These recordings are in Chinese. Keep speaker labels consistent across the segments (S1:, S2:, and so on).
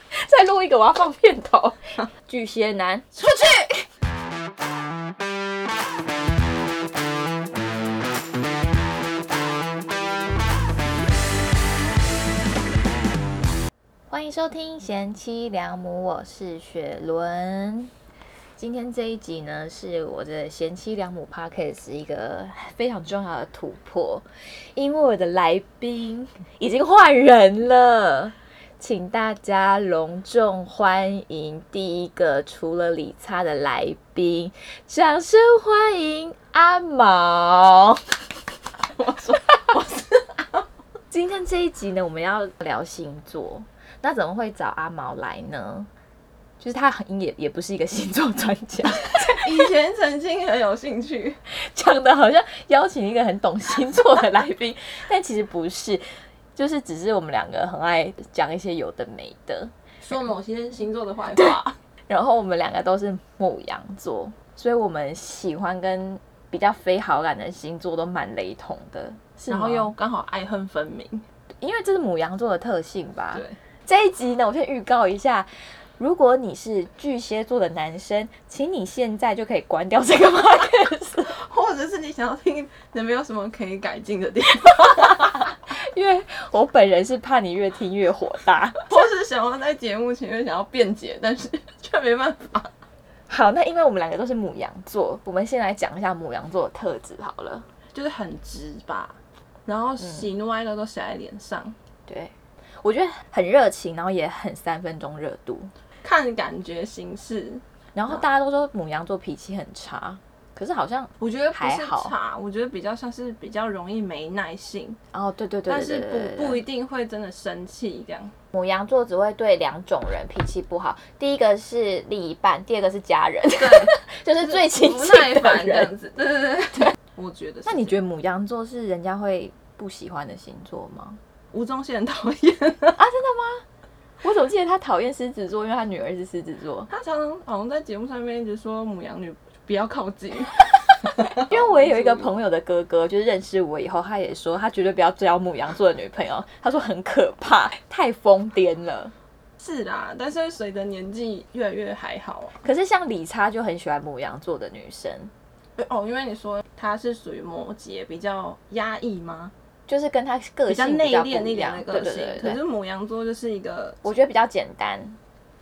S1: 再录一个，我要放片 头。巨蟹男，
S2: 出去。
S1: 欢迎收听《贤妻良母》，我是雪伦。今天这一集呢，是我的《贤妻良母》Podcast 一个非常重要的突破，因为我的来宾已经换人了。请大家隆重欢迎第一个除了理查的来宾，掌声欢迎阿 毛。
S2: 我说我是
S1: 今天这一集呢，我们要聊星座，那怎么会找阿毛来呢？就是他很也也不是一个星座专家，
S2: 以前曾经很有兴趣，
S1: 讲的好像邀请一个很懂星座的来宾，但其实不是，就是只是我们两个很爱讲一些有的没的。
S2: 说某些星座的坏话。
S1: 然后我们两个都是母羊座，所以我们喜欢跟比较非好感的星座都蛮雷同的。是
S2: 然后
S1: 吗
S2: 又刚好爱恨分明，
S1: 因为这是母羊座的特性吧。
S2: 对，
S1: 这一集呢，我先预告一下，如果你是巨蟹座的男生，请你现在就可以关掉这个 podcast，
S2: 或者是你想要听有没有什么可以改进的地方，
S1: 因为我本人是怕你越听越火 大。
S2: 或是想要在节目前面想要辩解，但是却没办法。
S1: 好，那因为我们两个都是母羊座，我们先来讲一下母羊座的特质好了。
S2: 就是很直吧，然后喜怒哀乐都写在脸上，
S1: 对，我觉得很热情，然后也很三分钟热度。
S2: 看感觉行事。
S1: 然后大家都说母羊座脾气很差，可是好像
S2: 我觉得不
S1: 还
S2: 是
S1: 好
S2: 差，我觉得比较像是比较容易没耐性，
S1: 哦，对对对
S2: 但
S1: 对对
S2: 是
S1: 对对
S2: 不不
S1: 对
S2: 一定会真的生气这样。
S1: 母羊座只会对两种人脾气不好，第一个是另一半，第二个是家人， 就是最亲
S2: 不
S1: 近
S2: 耐
S1: 的
S2: 烦这样
S1: 人。
S2: 子，对对对对，我觉得是这
S1: 那
S2: 样。
S1: 你觉得母羊座是人家会不喜欢的星座 吗？啊
S2: 吴宗宪很讨厌？
S1: 我怎么记得他讨厌狮子座，因为他女儿是狮子 座。
S2: 他常常好像在节目上面一直说母羊女不要靠近，
S1: 因为我也有一个朋友的哥哥，就是认识哦我以后，他也说他绝对不要交母羊座的女朋友，他说很可怕，太疯癫了。
S2: 是啦，但是随着年纪越来越还好啊。
S1: 可是像李差就很喜欢母羊座的女生，
S2: 哦，因为你说他是属于摩羯，比较压抑吗？
S1: 就是跟他个
S2: 比较
S1: 性
S2: 内
S1: 不
S2: 敛
S1: 一
S2: 一点
S1: 样
S2: 的个
S1: 对
S2: 性
S1: 对。对
S2: 可
S1: 对
S2: 是母羊座就是一个，
S1: 我觉得比较简单。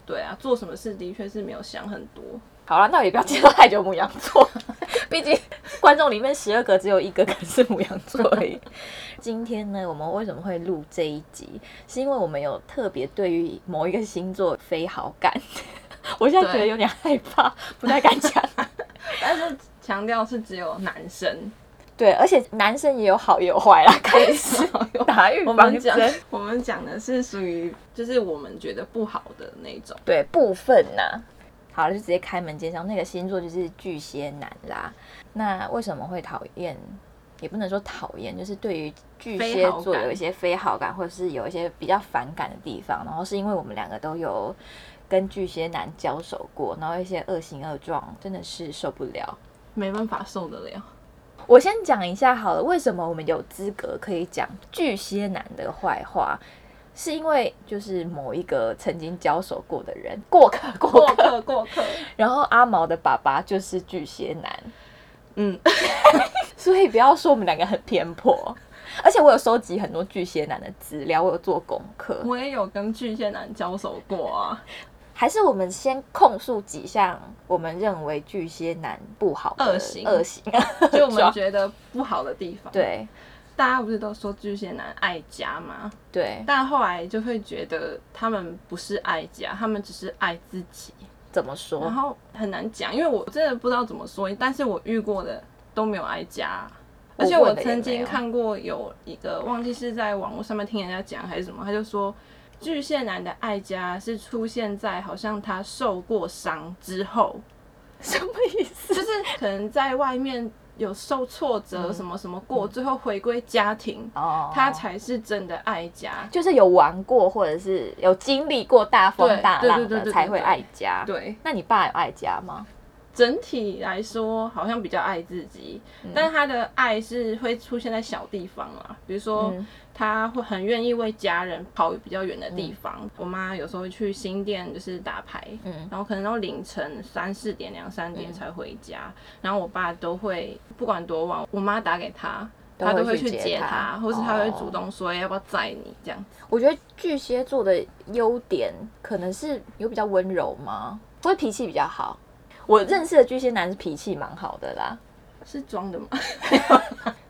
S2: 对啊，做什么事的确是没有想很多。
S1: 好了，那我也不要介绍太久母羊座， 毕竟观众里面十二个只有一个可能是母羊座而已。 今天呢，我们为什么会录这一集？是因为我们有特别对于某一个星座非好感。 我现在觉得
S2: 对
S1: 有点害怕，不太敢讲。
S2: 但是强调是只有男 生，
S1: 对，而且男生也有好也有坏 啦，开始打预
S2: 我
S1: 防
S2: 们讲
S1: 针。
S2: 我们讲的是属于就是我们觉得不好的那种。
S1: 对部分呐、好了，就直接开门见山，那个星座就是巨蟹男啦。那为什么会讨厌？也不能说讨厌，就是对于巨蟹
S2: 非好
S1: 座
S2: 感
S1: 有一些非好感，或者是有一些比较反感的地方。然后是因为我们两个都有跟巨蟹男交手过，然后一些恶行恶状，真的是受不了。
S2: 没办法受得了。
S1: 我先讲一下好了，为什么我们有资格可以讲巨蟹男的坏话？是因为就是某一个曾经交手过的人，过客，过
S2: 过
S1: 客，
S2: 客，过客，
S1: 然后阿毛的爸爸就是巨蟹男，
S2: 嗯，
S1: 所以不要说我们两个很偏颇。而且我有收集很多巨蟹男的资料，我有做功课。
S2: 我也有跟巨蟹男交手 过啊，
S1: 还是我们先控诉几项我们认为巨蟹男不好的
S2: 恶行
S1: 恶行。
S2: 就我们觉得不好的地方。，
S1: 对
S2: 大家不是都说巨蟹男爱家吗？
S1: 对，
S2: 但后来就会觉得他们不是爱家，他们只是爱自己。
S1: 怎么
S2: 然
S1: 说？
S2: 后很难讲，因为我真的不知道怎么说，但是我遇过的都没有挨家。
S1: 我
S2: 而且
S1: 问
S2: 我
S1: 的也
S2: 曾
S1: 没
S2: 经
S1: 有
S2: 看过有一个忘记是在网络上面听人家讲还是什么，他就说巨蟹男的爱家是出现在好像他受过伤之后，
S1: 什么意思？
S2: 就是可能在外面有受挫折什么什么过，最后回归家庭，
S1: 嗯哦，
S2: 他才是真的爱家。
S1: 就是有玩过，或者是有经历过大风
S2: 对
S1: 大浪
S2: 对对对
S1: 的
S2: 对
S1: 才会
S2: 对
S1: 爱家。
S2: 对
S1: 那你爸有爱家吗？
S2: 整体来说好像比较爱自己，
S1: 嗯
S2: 但他的爱是会出现在小地方啦，比如说
S1: 嗯
S2: 他会很愿意为家人跑比较远的地方。我妈有时候会去新店就是打牌，
S1: 嗯
S2: 然后可能到凌晨三四点、两三点才回家，然后我爸都会不管多晚，我妈打给他。
S1: 都
S2: 他都
S1: 会
S2: 会
S1: 去
S2: 去
S1: 接
S2: 接
S1: 他
S2: 或是他会
S1: 哦
S2: 主动说、要不要载你这样子。
S1: 我觉得巨蟹座的优点可能是有比较温柔吗？会脾气比较好。我认识的巨蟹男是脾气蛮好的啦，
S2: 是装的吗？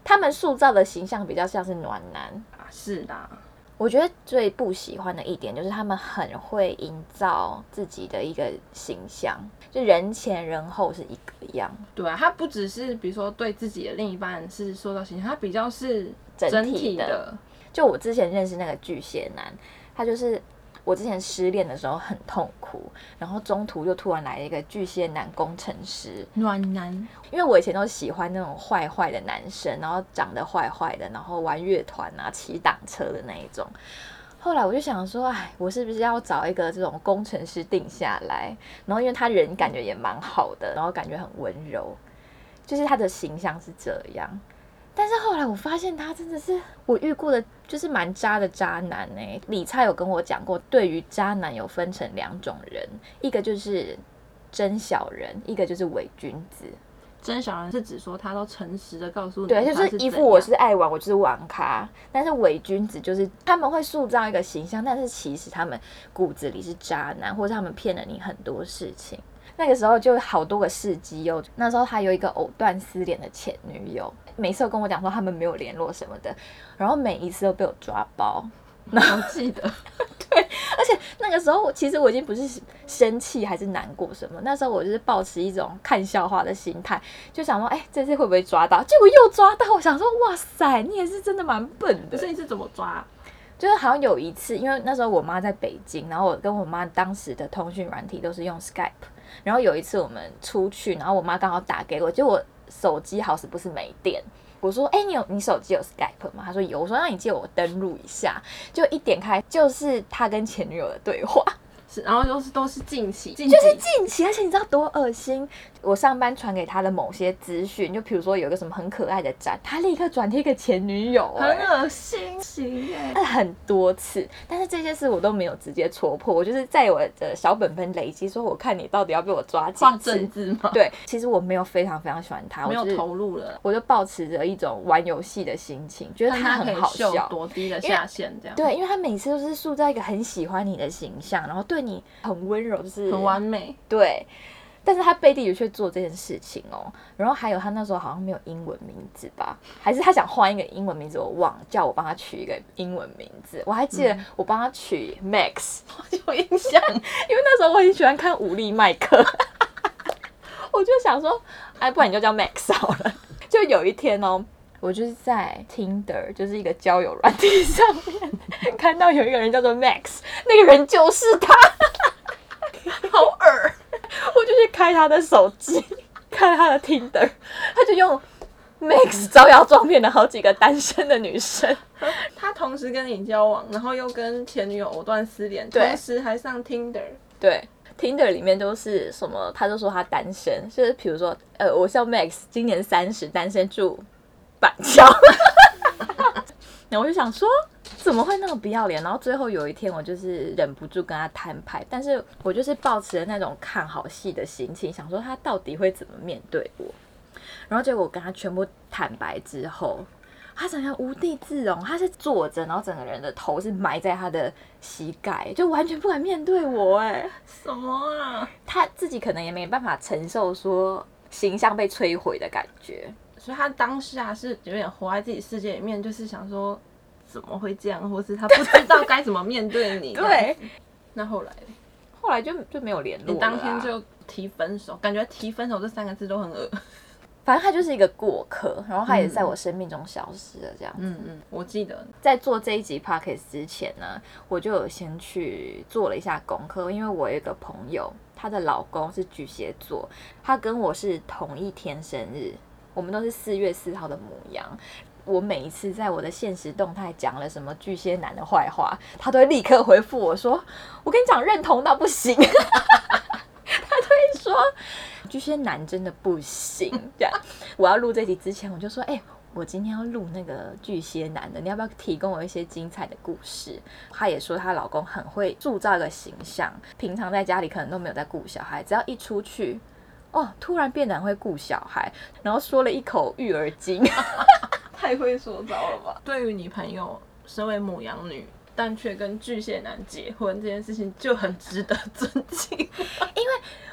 S1: 他们塑造的形象比较像是暖男。
S2: 啊是啦，
S1: 我觉得最不喜欢的一点就是他们很会营造自己的一个形象，就人前人后是一个样，
S2: 对啊，他不只是比如说对自己的另一半是塑造形象，他比较是
S1: 整
S2: 整
S1: 体
S2: 体
S1: 的
S2: 的，
S1: 就我之前认识那个巨蟹男，他就是我之前失恋的时候很痛苦，然后中途又突然来了一个巨蟹男工程师，
S2: 暖男，
S1: 因为我以前都喜欢那种坏坏的男生，然后长得坏坏的，然后玩乐团啊、骑挡车的那一种。后来我就想说，哎，我是不是要找一个这种工程师定下来？然后因为他人感觉也蛮好的，然后感觉很温柔，就是他的形象是这样。但是后来我发现他真的是我遇过的，就是蛮渣的渣男哎、理查有跟我讲过，对于渣男有分成两种人，一个就是真小人，一个就是伪君子。
S2: 真小人是指说他都诚实的告诉你，
S1: 对，
S2: 他
S1: 就是
S2: 是
S1: 一
S2: 怎
S1: 副我
S2: 样
S1: 是爱玩，我就是玩咖。但是伪君子就是他们会塑造一个形象，但是其实他们骨子里是渣男，或者他们骗了你很多事情。那个时候就好多个事迹哦。那时候他有一个藕断丝连的前女友，每次都跟我讲说他们没有联络什么的，然后每一次都被我抓包。
S2: 我记得，
S1: 而且那个时候，其实我已经不是生气还是难过什么，那时候我就是抱持一种看笑话的心态，就想说，哎、这次会不会抓到？结果又抓到，我想说，哇塞，你也是真的蛮笨
S2: 可
S1: 的。
S2: 是你是怎么抓？
S1: 就是好像有一次，因为那时候我妈在北京，然后我跟我妈当时的通讯软体都是用 Skype，然后有一次我们出去，然后我妈刚好打给我，结果我手机好死不是没电。我说：“哎、你有你手机有 Skype 吗？”她说有。我说：“那你借我登录一下。”就一点开，就是他跟前女友的对话。
S2: 是，然后都是都是近期，就是
S1: 近期，而且你知道多恶心？我上班传给他的某些资讯，就比如说有一个什么很可爱的展，他立刻转贴给前女友、
S2: 很
S1: 哎
S2: 恶心欸型耶。
S1: 那很多次，但是这些事我都没有直接戳破，我就是在我的小本本累积，说我看你到底要被我抓几
S2: 画
S1: 次
S2: 政。治吗？
S1: 对，其实我没有非常非常喜欢他，我
S2: 没有
S1: 就是
S2: 投入了，
S1: 我就保持着一种玩游戏的心情，觉得
S2: 但他可
S1: 很
S2: 以
S1: 好
S2: 秀
S1: 笑。
S2: 多低的
S1: 因为
S2: 下限这样，，
S1: 对，因为他每次都是塑造一个很喜欢你的形象，然后对你很温柔，就是
S2: 很完美。
S1: 对，但是他背地里却做这件事情哦。然后还有他那时候好像没有英文名字吧，还是他想换一个英文名字，我忘了，叫我帮他取一个英文名字。我还记得我帮他取 Max，、
S2: 有印象，
S1: 因为那时候我很喜欢看武力麦克， 我就想说，哎，不然你就叫 Max 好了。就有一天哦。我就是在 Tinder，就是一个交友软体上面看到有一个人叫做 Max，那个人就是他。
S2: 好耳。
S1: 我就去开他的手机，开他的 Tinder，他就用 Max 招摇撞骗了好几个单身的女生。
S2: 他同时跟你交往，然后又跟前女友藕断丝连，
S1: 对
S2: 同时还上 Tinder，
S1: 对，Tinder 里面就是什么，他就说他单身，就是比如说，呃，我叫 Max，今年三十，单身住板桥。 然后我就想说，怎么会那么不要脸？然后最后有一天，我就是忍不住跟他摊牌，但是我就是抱持了那种看好戏的心情，想说他到底会怎么面对我。然后结果我跟他全部坦白之后，他整个无地自容，他是坐着，然后整个人的头是埋在他的膝盖，就完全不敢面对我、哎，
S2: 什么啊？
S1: 他自己可能也没办法承受说形象被摧毁的感觉。
S2: 所以他当下是有点活在自己世界里面，就是想说怎么会这样，或是他不知道该怎么面 对你。这样，，那后来
S1: 后来就就没有联络
S2: 你
S1: 了啊
S2: 当天就提分手，感觉提分手这三个字都很恶。
S1: 反正他就是一个过客，然后他也在我生命中消失了。这样，
S2: 嗯嗯，我记得
S1: 在做这一集 podcast 之前呢，我就有先去做了一下功课，因为我有一个朋友，她的老公是巨蟹座，她跟我是同一天生日，我们都是四月四号的母羊。我每一次在我的现实动态讲了什么巨蟹男的坏话，他都会立刻回 复我说：“我跟你讲，认同到不行。”他就会说：“巨蟹男真的不行。这样，我要录这集之前，我就说，哎、我今天要录那个巨蟹男的，你要不要提供我一些精彩的故事？她也说她老公很会塑造一个形象，平常在家里可能都没有在顾小孩，只要一出去，哦，突然变得很会顾小孩，然后说了一口育儿经。
S3: 太会说招了吧？
S2: 对于你朋友身为母羊女，但却跟巨蟹男结婚这件事情，就很值得尊敬。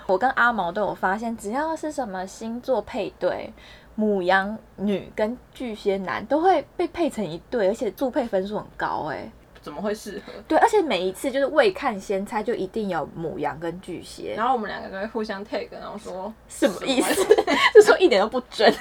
S1: 我跟阿毛都有发现，只要是什么星座配对，母羊女跟巨蟹男都会被配成一对，而且速配分数很高哎、
S2: 怎么会适合？
S1: 对，而且每一次就是未看先猜，就一定有母羊跟巨蟹，
S2: 然后我们两个就会互相 take，然后说
S1: 什么意思？这时候一点都不准。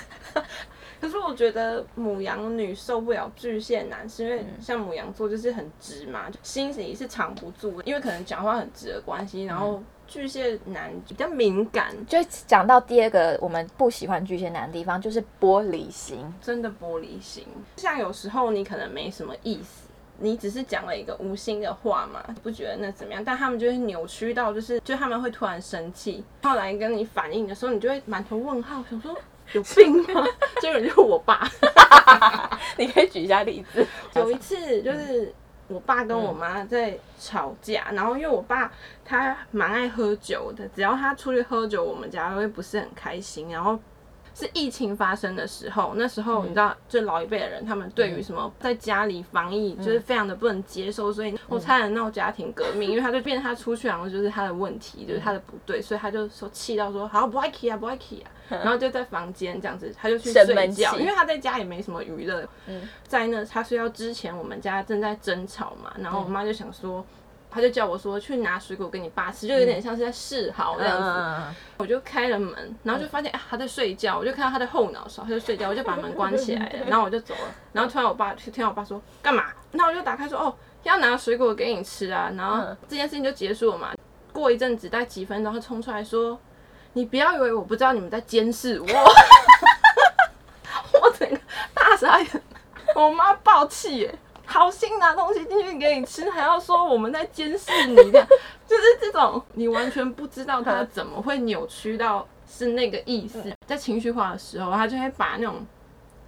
S2: 可是我觉得母羊女受不了巨蟹男，是因为像母羊座就是很直嘛，就心里是藏不住的，因为可能讲话很直的关系。然后巨蟹男比较敏感，
S1: 就讲到第二个我们不喜欢巨蟹男的地方，就是玻璃心。
S2: 真的玻璃心。像有时候你可能没什么意思，你只是讲了一个无心的话嘛，不觉得那怎么样？但他们就会扭曲到，就是就他们会突然生气，后来跟你反应的时候，你就会满头问号，想说有病吗？ 这个人就是我爸。
S1: 你可以举一下例子。
S2: 有一次就是我爸跟
S1: 嗯
S2: 我妈在吵架，然后因为我爸他蛮爱喝酒的，只要他出去喝酒，我们家都会不是很开心。然后是疫情发生的时候，那时候你
S1: 嗯
S2: 知道，就老一辈的人他们对于什么在家里防疫
S1: 嗯
S2: 就是非常的不能接受，所以我差点闹家庭革命，因为他就变成他出去，然后就是他的问题，就是他
S1: 嗯
S2: 的不对，所以他就说气到说好不爱 k 啊不爱 k 啊，然后就在房间这样子，他就去
S1: 嗯生闷
S2: 睡觉，
S1: 气
S2: 因为他在家也没什么娱乐，在那他睡觉之前，我们家正在争吵嘛，然后
S1: 嗯
S2: 我妈就想说，她就叫我说去拿水果给你爸吃，就有点像是在示好那样子。
S1: 嗯，
S2: 我就开了门，然后就发现、啊、他在睡觉，我就看到他的后脑勺，他在睡觉，我就把门关起来了，然后我就走了。然后突然我爸就听到我爸说干嘛，那我就打开说哦要拿水果给你吃啊，然后
S1: 嗯
S2: 这件事情就结束了嘛。过一阵子，大概几分钟，他冲出来说：“你不要以为我不知道你们在监视我。” 我整个大傻眼，我妈爆气耶！好心拿东西进去给你吃，还要说我们在监视你，这样就是这种你完全不知道他怎么会扭曲到是那个意思。在情绪化的时候，他就会把那种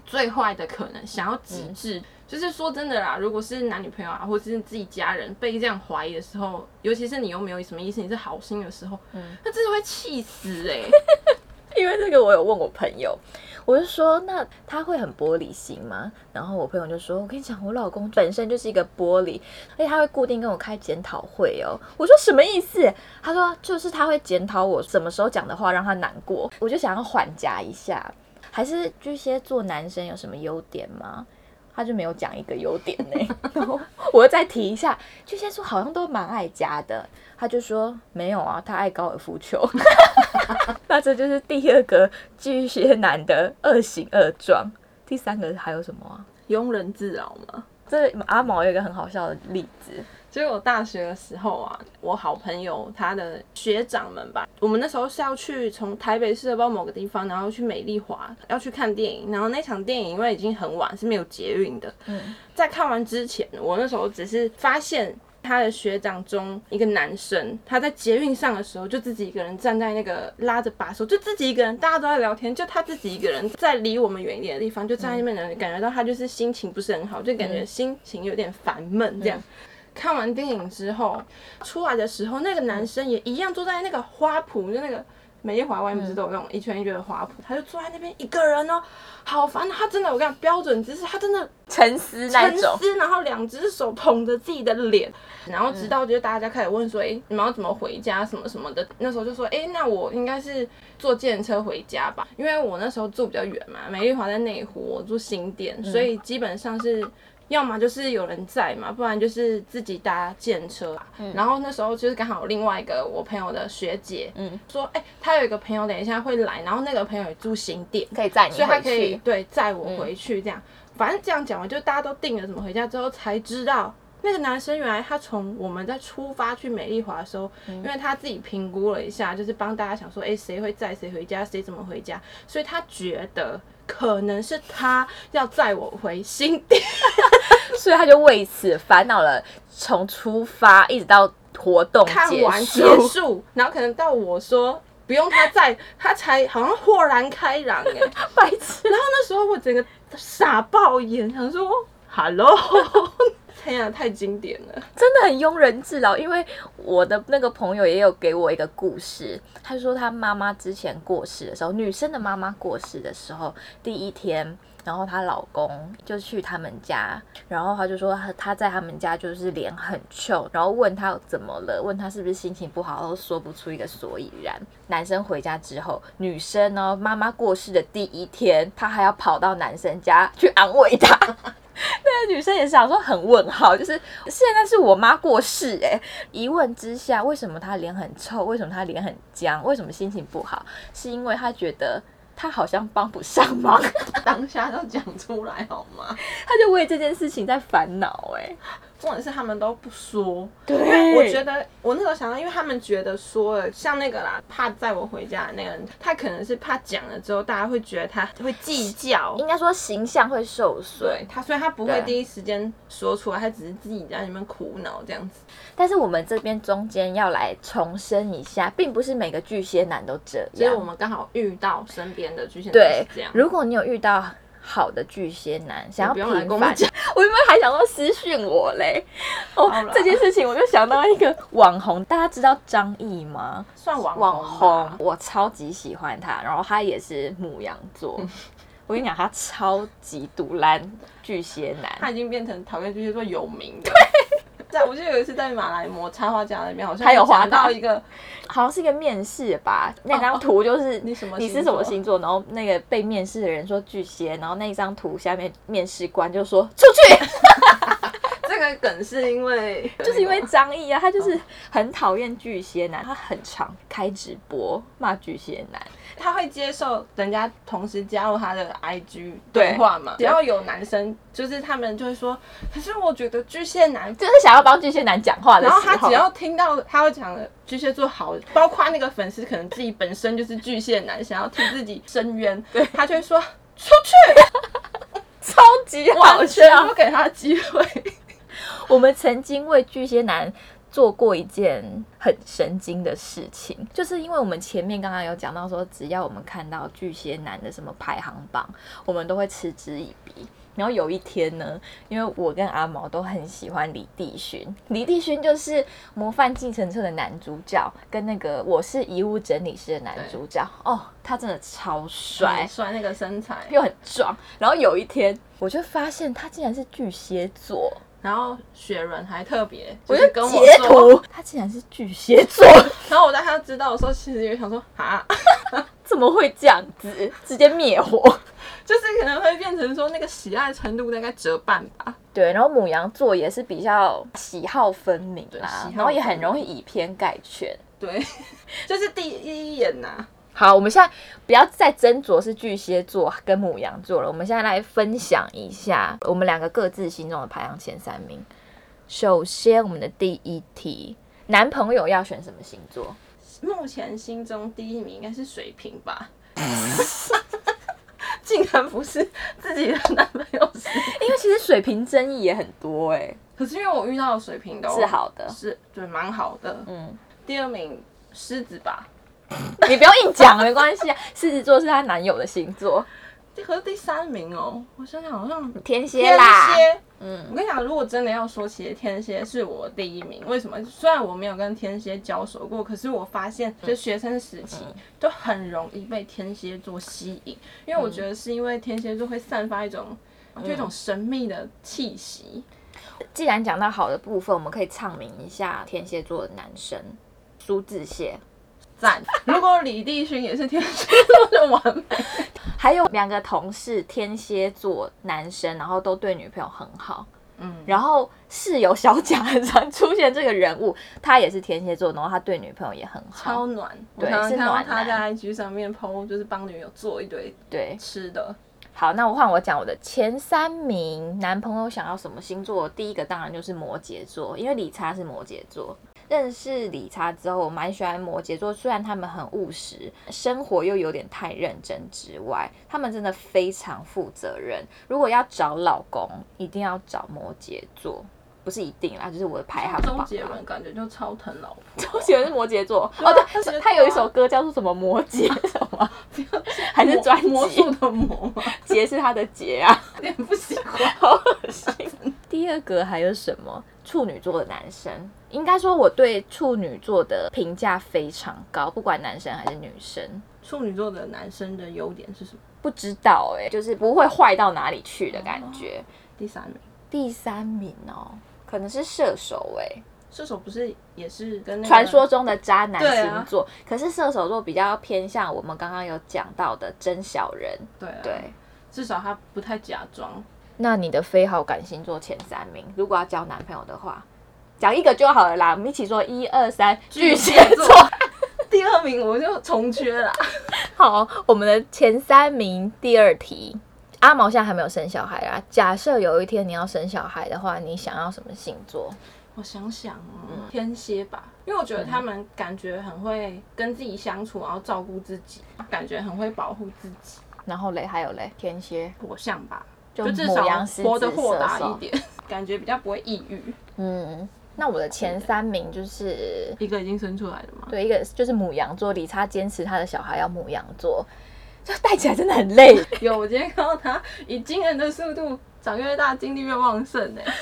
S2: 最坏的可能想要极致。就是说真的啦，如果是男女朋友啊，或者是自己家人被这样怀疑的时候，尤其是你又没有什么意思，你是好心的时候，那真的会气死哎、
S1: 因为这个我有问我朋友，我就说那他会很玻璃心吗？然后我朋友就说，我跟你讲，我老公本身就是一个玻璃，而且他会固定跟我开检讨会哦。我说什么意思？他说就是他会检讨我什么时候讲的话让他难过，我就想要缓夹一下。还是巨蟹座男生有什么优点吗？他就没有讲一个优点呢、 然后我又再提一下，巨蟹座好像都蛮爱家的。他就说没有啊，他爱高尔夫球。 那这就是第二个巨蟹男的恶行恶状。第三个还有什么啊？
S2: 庸人自扰嘛。
S1: 这阿毛有一个很好笑的例子，
S2: 结果大学的时候啊，我好朋友他的学长们吧，我们那时候是要去从台北市的不知道某个地方，然后去美丽华要去看电影，然后那场电影因为已经很晚是没有捷运的，
S1: 嗯
S2: 在看完之前，我那时候只是发现。他的学长中一个男生，他在捷运上的时候就自己一个人站在那个拉着把手，就自己一个人，大家都在聊天，就他自己一个人在离我们远一点的地方，就站在那边的人，感觉到他就是心情不是很好，就感觉心情有点烦闷这样。看完电影之后，出来的时候，那个男生也一样坐在那个花圃，就那个美丽华外面不是都有那种一圈一圈的花圃，他就坐在那边一个人哦，好烦！他真的，我跟你讲，标准姿势，他真的
S1: 沉思那
S2: 沉
S1: 种，
S2: 思，然后两只手捧着自己的脸，然后
S1: 嗯
S2: 直到就是大家开始问说，哎、你们要怎么回家什么什么的，那时候就说，哎、那我应该是坐电车回家吧，因为我那时候住比较远嘛，美丽华在内湖，我住新店，
S1: 嗯
S2: 所以基本上是。要么就是有人在嘛，不然就是自己搭电车、啊。
S1: 嗯
S2: 然后那时候就是刚好有另外一个我朋友的学姐，
S1: 嗯
S2: 说，哎、她有一个朋友等一下会来，然后那个朋友也住新店，
S1: 可以载你
S2: 所以他
S1: 回
S2: 可以
S1: 去。
S2: 对载我回去这样。反正这样讲完，就大家都定了怎么回家之后，才知道那个男生原来他从我们在出发去美丽华的时候，
S1: 嗯
S2: 因为他自己评估了一下，就是帮大家想说，诶，谁会载谁回家，谁怎么回家，所以他觉得。可能是他要载我回新店，
S1: 所以他就为此烦恼了，从出发一直到活动
S2: 看
S1: 结
S2: 完结
S1: 哦束。
S2: 束，然后可能到我说不用他在，他才好像豁然开朗哎、
S1: 白痴，
S2: 然后那时候我整个傻爆眼，想说哦 “hello”，天呀、太经典了。
S1: 真的很庸人自扰。因为我的那个朋友也有给我一个故事，他说他妈妈之前过世的时候，女生的妈妈过世的时候，第一天。然后她老公就去他们家，然后他就说他他在他们家就是脸很臭，然后问他怎么了，问他是不是心情不好，都说不出一个所以然。男生回家之后，女生呢妈妈过世的第一天，她还要跑到男生家去安慰他。那个女生也是想说很问号，就是现在是我妈过世哎、一问之下，为什么她脸很臭？为什么她脸很僵？为什么心情不好？是因为她觉得她好像帮不上忙，
S3: 当下就讲出来好吗？
S1: 她就为这件事情在烦恼哎。
S2: 重点是他们都不说，
S1: 对
S2: 我觉得我那时候想到，因为他们觉得说了，像那个啦，怕载我回家的那个人，他可能是怕讲了之后，大家会觉得他会计较，
S1: 应该说形象会受损
S2: 对，他，所以他不会
S1: 对
S2: 第一时间说出来，他只是自己在那边苦恼这样子。
S1: 但是我们这边中间要来重申一下，并不是每个巨蟹男都这
S2: 所以
S1: 样
S2: 我。们刚好遇到身边的巨蟹座
S1: 对
S2: 是这样，，
S1: 如果你有遇到好的巨蟹男，想要
S2: 不
S1: 平
S2: 用来
S1: 反，
S2: 跟我讲
S1: 我原本还想说私讯我嘞。哦
S2: 好啦，
S1: 这件事情我就想到一个网红，大家知道张译吗？
S2: 算网
S1: 网
S2: 红啊
S1: 红
S2: 吧，
S1: 我超级喜欢他，然后他也是母羊 座。我跟你讲，他超级独揽巨蟹
S2: 他
S1: 男，
S2: 已经变成讨厌巨蟹座有名的。在我记得有一次在马来摩插画家那边，好像
S1: 他有滑
S2: 讲
S1: 到
S2: 到一个
S1: 好像是一个面试吧，那张图就是、
S2: 哦你什么
S1: 你是
S2: 星
S1: 什么
S2: 座
S1: 星座，然后那个被面试的人说巨蟹，然后那一张图下面面试官就说出去。
S2: 这个梗是因 为
S1: 就是因为张译啊，他
S2: 嗯
S1: 就是很讨厌巨蟹男，他很常开直播骂巨蟹男。
S2: 他会接受人家同时加入他的 IG
S1: 对
S2: 对话嘛？只要有男生，就是他们就会说，可是我觉得巨蟹男。
S1: 就是想要帮巨蟹男讲话的
S2: 然
S1: 时
S2: 后
S1: 候，
S2: 他只要听到他会讲的巨蟹座好，包括那个粉丝可能自己本身就是巨蟹男，想要替自己伸冤，对他就会说出去，
S1: 超级好
S2: 完
S1: 笑
S2: 全。不给他机会。
S1: 我们曾经为巨蟹男做过一件很神经的事情，就是因为我们前面刚刚有讲到说，只要我们看到巨蟹男的什么排行榜，我们都会嗤之以鼻。然后有一天呢，因为我跟阿毛都很喜欢李帝勋，李帝勋就是《模范继承车》的男主角，跟那个《我是遗物整理师》的男主角。哦，他真的超帅
S2: 很，帅那个身材，
S1: 又很壮。然后有一天，我就发现他竟然是巨蟹座。
S2: 然后雪人还特别，
S1: 我
S2: 就
S1: 就是
S2: 跟我
S1: 截
S2: 说，
S1: 图，他竟然是巨蟹座，
S2: 然后我在他知道的时候，其实也想说啊，
S1: 怎么会这样子？直接灭火。
S2: 就是可能会变成说那个喜爱程度大概折半 吧。
S1: 对，然后母羊座也是比较喜好分明
S2: 对喜好
S1: 啦
S2: 分，明
S1: 然后也很容易以偏概全。
S2: 对， 就是第一眼呐、
S1: 好，我们现在不要再斟酌是巨蟹座跟母羊座了，我们现在来分享一下我们两个各自心中的排行前三名。首先，我们的第一题，男朋友要选什么星座？
S2: 目前心中第一名应该是水瓶吧。 竟然不是自己的男朋 友是，
S1: 因为其实水瓶争议也很多、欸，
S2: 可是因为我遇到的水瓶都
S1: 哎，是，好的，
S2: 是对蛮好的。
S1: 嗯。
S2: 第二名狮子吧，
S1: 你不要硬讲，没关系啊。狮子座是她男友的星座，
S2: 可是第三名哦，我想想好像
S1: 天
S2: 天
S1: 蝎啦。
S2: 蝎我
S1: 嗯，
S2: 跟你讲，如果真的要说，其实天蝎是我第一名。为什么？虽然我没有跟天蝎交手过，可是我发现，就学生时期都很容易被天蝎座吸引，因为我觉得是因为天蝎座会散发一种。就一种神秘的气息，
S1: 既然讲到好的部分，我们可以唱名一下天蝎座的男生，苏志燮，
S2: 赞！如果李帝勋也是天蝎座，就完美。
S1: 还有两个同事天蝎座男生，然后都对女朋友很好。
S2: 嗯，
S1: 然后室友小贾很常出现这个人物，他也是天蝎座，然后他对女朋友也很
S2: 超
S1: 好。
S2: 暖。我
S1: 对
S2: 常常
S1: 是
S2: 看到
S1: 暖
S2: 他
S1: 男
S2: 在 IG 上面 PO，就是帮女友做一堆
S1: 对，
S2: 吃的。
S1: 好，那我换我讲我的前三名男朋友想要什么星座？第一个当然就是摩羯座，因为理查是摩羯座。认识理查之后，我蛮喜欢摩羯座，虽然他们很务实，生活又有点太认真之外，他们真的非常负责任。如果要找老公，一定要找摩羯座。
S4: 不是一定啦，就是我的排行榜
S2: 周
S4: 啊。
S2: 杰伦感觉就超疼老婆，
S4: 周杰伦是摩羯 座
S2: 对啊
S4: 哦，
S2: 他是摩羯座
S4: 对，
S2: 啊
S4: 他有一首歌叫做什么摩羯什 么，还是专
S2: 魔
S4: 辑
S2: 术的魔嘛，
S4: 杰是他的杰啊，
S2: 有点不喜欢。
S4: 好恶心。
S1: 第二个还有什么？处女座的男生，应该说我对处女座的评价非常高，不管男生还是女生。
S2: 处女座的男生的优点是什么？
S1: 不知
S4: 知道哎、就是不会坏到哪里去的感觉。
S2: 第三名，
S1: 第三名哦，
S4: 可能是射手哎、
S2: 射手不是也是跟那个
S4: 传说中的渣男
S2: 啊对啊
S4: 星座，可是射手座比较偏向我们刚刚有讲到的真小人，
S2: 对啊
S4: 对，
S2: 至少他不太假装。
S1: 那你的非好感星座
S4: 做前三名。如果要交男朋友的话，讲一个就好了啦。我们一起说一二三，巨蟹座。
S2: 第二名我就重缺啦。
S1: 好，我们的前三名第二题，阿毛现在还没有生小孩啊。假设有一天你要生小孩的话，你想要什么星座？
S2: 我想想哦，天蝎吧，因为我觉得他们感觉很会跟自己相处，然后照顾自己，感觉很会保护自己，
S1: 然后嘞，还有嘞，天蝎，
S2: 火象吧，
S1: 就
S2: 就至
S1: 母羊
S2: 少
S1: 狮
S2: 活
S1: 子
S2: 得豁
S1: 射
S2: 达
S1: 手
S2: 一点，感觉比较不会抑郁。
S1: 嗯，那我的前三名就是
S2: 一个已经生出来了嘛，
S1: 对，一个就是母羊座，理查坚持他的小孩要母羊座，就带起来真的很 累，
S2: 有，我今天看到他以惊人的速度长越大，精力越旺盛呢。欸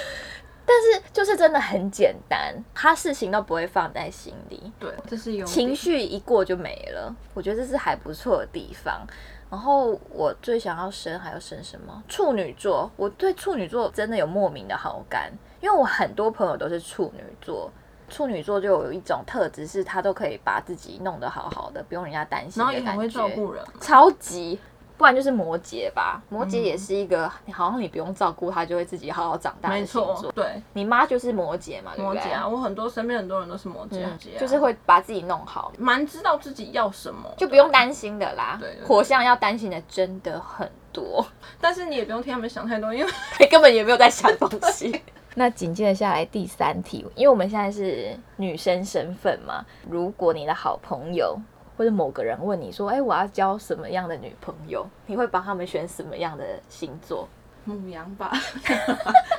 S1: 但是就是真的很简单，他事情都不会放在心里，
S2: 对，这是有
S1: 情绪一过就没了，我觉得这是还不错的地方。然后我最想要生还要生什么？处女座，我对处女座真的有莫名的好感，因为我很多朋友都是处女座。处女座就有一种特质，是他都可以把自己弄得好好的，不用人家担心
S2: 然
S1: 的
S2: 后
S1: 感
S2: 也
S1: 觉。
S2: 很会照顾人。
S1: 超级，不然就是摩羯吧。摩羯也是一个，好像你不用照顾他，就会自己好好长大的
S2: 没
S1: 星
S2: 错
S1: 座，。
S2: 对，
S1: 你妈就是摩羯嘛，对不
S2: 摩
S1: 对？
S2: 羯啊，我很多身边很多人都是摩羯啊
S1: 嗯，就是会把自己弄好，
S2: 蛮知道自己要什么，
S4: 就不用担心的啦
S2: 对对。对
S4: 火象要担心的真的很多，
S2: 但是你也不用替他们想太多，因为
S4: 根本也没有在想东西。
S1: 那紧接着下来第三题，因为我们现在是女生身份嘛，如果你的好朋友或者某个人问你说：“哎，我要交什么样的女朋友
S4: 你会帮他们选什么样的星座？
S2: 母 羊吧，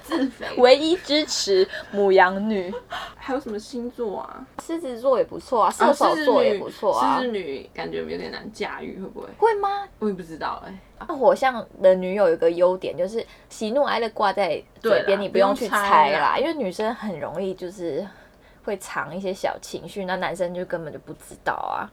S2: 自肥。？”
S1: 唯一支持母羊女，
S2: 还有什么星座啊？ 哦
S4: 狮子座也不错啊，射手座也不错啊
S2: 狮子。女感觉有点难驾驭，会不会？
S1: 会吗？
S2: 我也不知道哎、
S4: 那火象的女友有一个优点，就是喜怒哀乐挂在
S2: 对
S4: 嘴
S2: 啦
S4: 边，你
S2: 不
S4: 不
S2: 用
S4: 用去
S2: 猜
S4: 猜
S2: 啦
S4: 啦，因为女生很容易就是会藏一些小情绪，那男生就根本就不知道啊。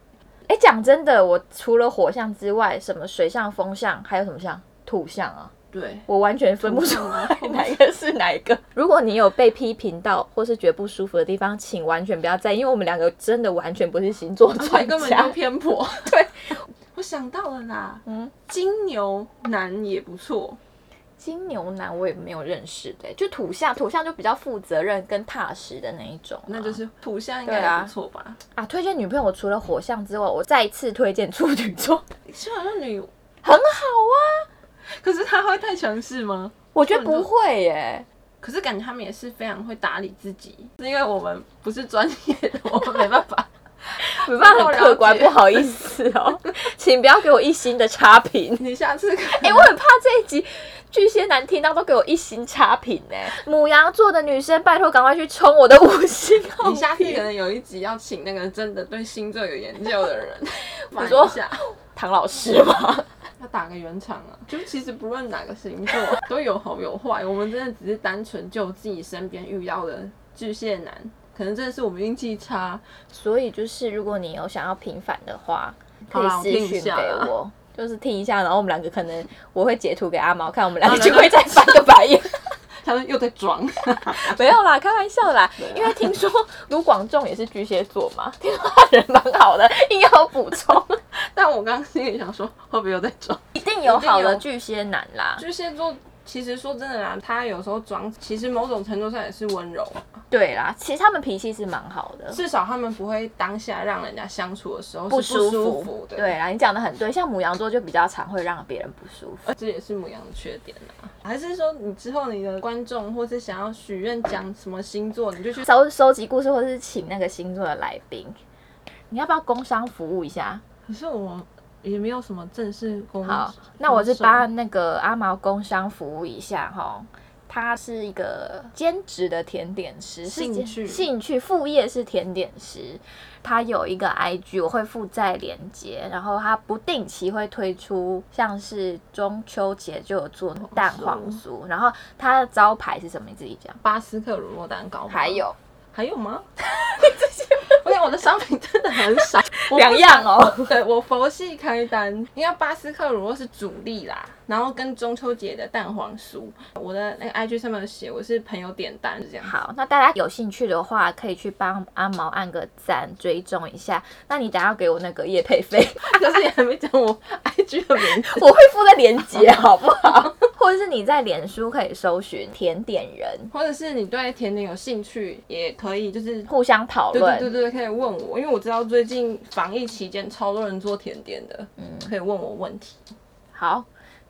S1: 哎，讲真的，我除了火象之外，什么水象、风象，还有什么象？土象啊，
S2: 对，
S1: 我完全分不出来哪一个是哪一 个。如果你有被批评到或是觉得不舒服的地方，请完全不要在意，因为我们两个真的完全不是星座
S2: 所以
S1: 专
S2: 根本
S1: 家
S2: 就。偏 颇。
S1: 对，
S2: 我想到了啦，
S1: 嗯
S2: 金牛男也不错，
S4: 金牛男我也没有认识
S1: 欸
S4: 的、就土象，土象就比较负责任跟踏实的那一种啊、
S2: 那就是土象应
S4: 对
S2: 该
S4: 啊
S2: 也不错吧？
S1: 啊，推荐女朋友，我除了火象之外，我再次推荐处女座，
S2: 虽然说女，
S1: 很好啊。
S2: 可是他会太强势吗？
S4: 我觉得不会耶、
S2: 可是感觉他们也是非常会打理自己，是因为我们不是专业的，我们没办 法。
S1: 没办法，很客观，
S2: 不够
S1: 不
S2: 了解
S1: 好意思哦， 请不要给我一星的差 评。
S2: 你下次可
S1: 哎、我很怕这一集巨蟹男听到都给我一星差评呢、母羊座的女生，拜托赶快去冲我的五星好
S2: 你下次
S1: 评
S2: 可能有一集要请那个真的对星座有研究的 人，你
S1: 说
S2: 一下，
S1: 唐老师吗？
S2: 要打个圆场啊！就其实不论哪个星座 都有好有坏，我们真的只是单纯就自己身边遇到的巨蟹男，可能真的是我们运气差。
S1: 所以就是，如果你有想要平反的话，可
S2: 好啦我
S1: 以私
S2: 听一
S1: 讯
S2: 下
S1: 给
S2: 啦
S1: 我。就是听一下，然后我们两个可能我会截图给阿毛看，我们两个
S2: 好
S1: 就
S2: 的
S1: 会再翻个白 眼。
S2: 他说又在装，
S1: 没有啦，开玩笑啦。
S2: 啊
S1: 因为听说卢广仲也是巨蟹座嘛，听说他人蛮好的，硬要补 充，
S2: 但我刚刚心里想说会不会又在装？
S1: 一定有好
S2: 一定
S1: 的
S2: 有
S1: 巨蟹男啦。
S2: 巨蟹座其实说真的啦，他有时候装，其实某种程度上也是温柔，
S1: 对啦，其实他们脾气是蛮好的，
S2: 至少他们不会当下让人家相处的时候是
S1: 不
S2: 舒
S1: 舒服。
S2: 的。
S1: 对啦，你讲的很对，像母羊座就比较常会让别人不舒服。
S2: 这也是母羊的缺点啊。还是说你之后你的观众或是想要许愿讲什么星座，你就去
S1: 收收集故事，或是请那个星座的来宾，你要不要工商服务一下？
S2: 可是我也没有什么正式工
S1: 好，那我是帮那个阿毛工商服务一下哈。他是一个兼职的甜点师，是
S2: 兴
S1: 兼
S2: 趣
S1: 兴趣副业是甜点师。他有一个 IG，我会附在链接，然后他不定期会推出，像是中秋节就有做蛋黄酥，然后他的招牌是什么？你自己讲。
S5: 巴斯克乳酪蛋糕吗，
S1: 还有
S2: 还 有吗？
S5: 我想我的商品真的很少，
S1: 两样哦，
S2: 对我佛系开单，因为巴斯克乳酪是主力啦，然后跟中秋节的蛋黄酥，我的那个 IG 上面有写我是朋友点单是这样。
S1: 好，那大家有兴趣的话，可以去帮阿毛按个赞，追踪一下。那你等下给我那个叶配费，
S2: 可是你还没讲我 IG 的名 字，
S1: 我会附在链接，好不好？ 或者是你在脸书可以搜寻甜点人，
S2: 或者是你对甜点有兴趣，也可以就是。
S1: 互相讨
S2: 对
S1: 论。
S2: 对对对，可以问我，因为我知道最近防疫期间超多人做甜点的，
S1: 嗯
S2: 可以问我问题。
S1: 好。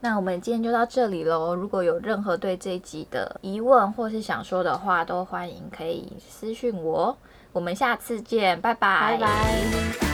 S6: 那我们今天就到这里喽。如果有任何对这一集的疑问或是想说的话，都欢迎可以私讯我。我们下次见，拜拜
S1: 拜拜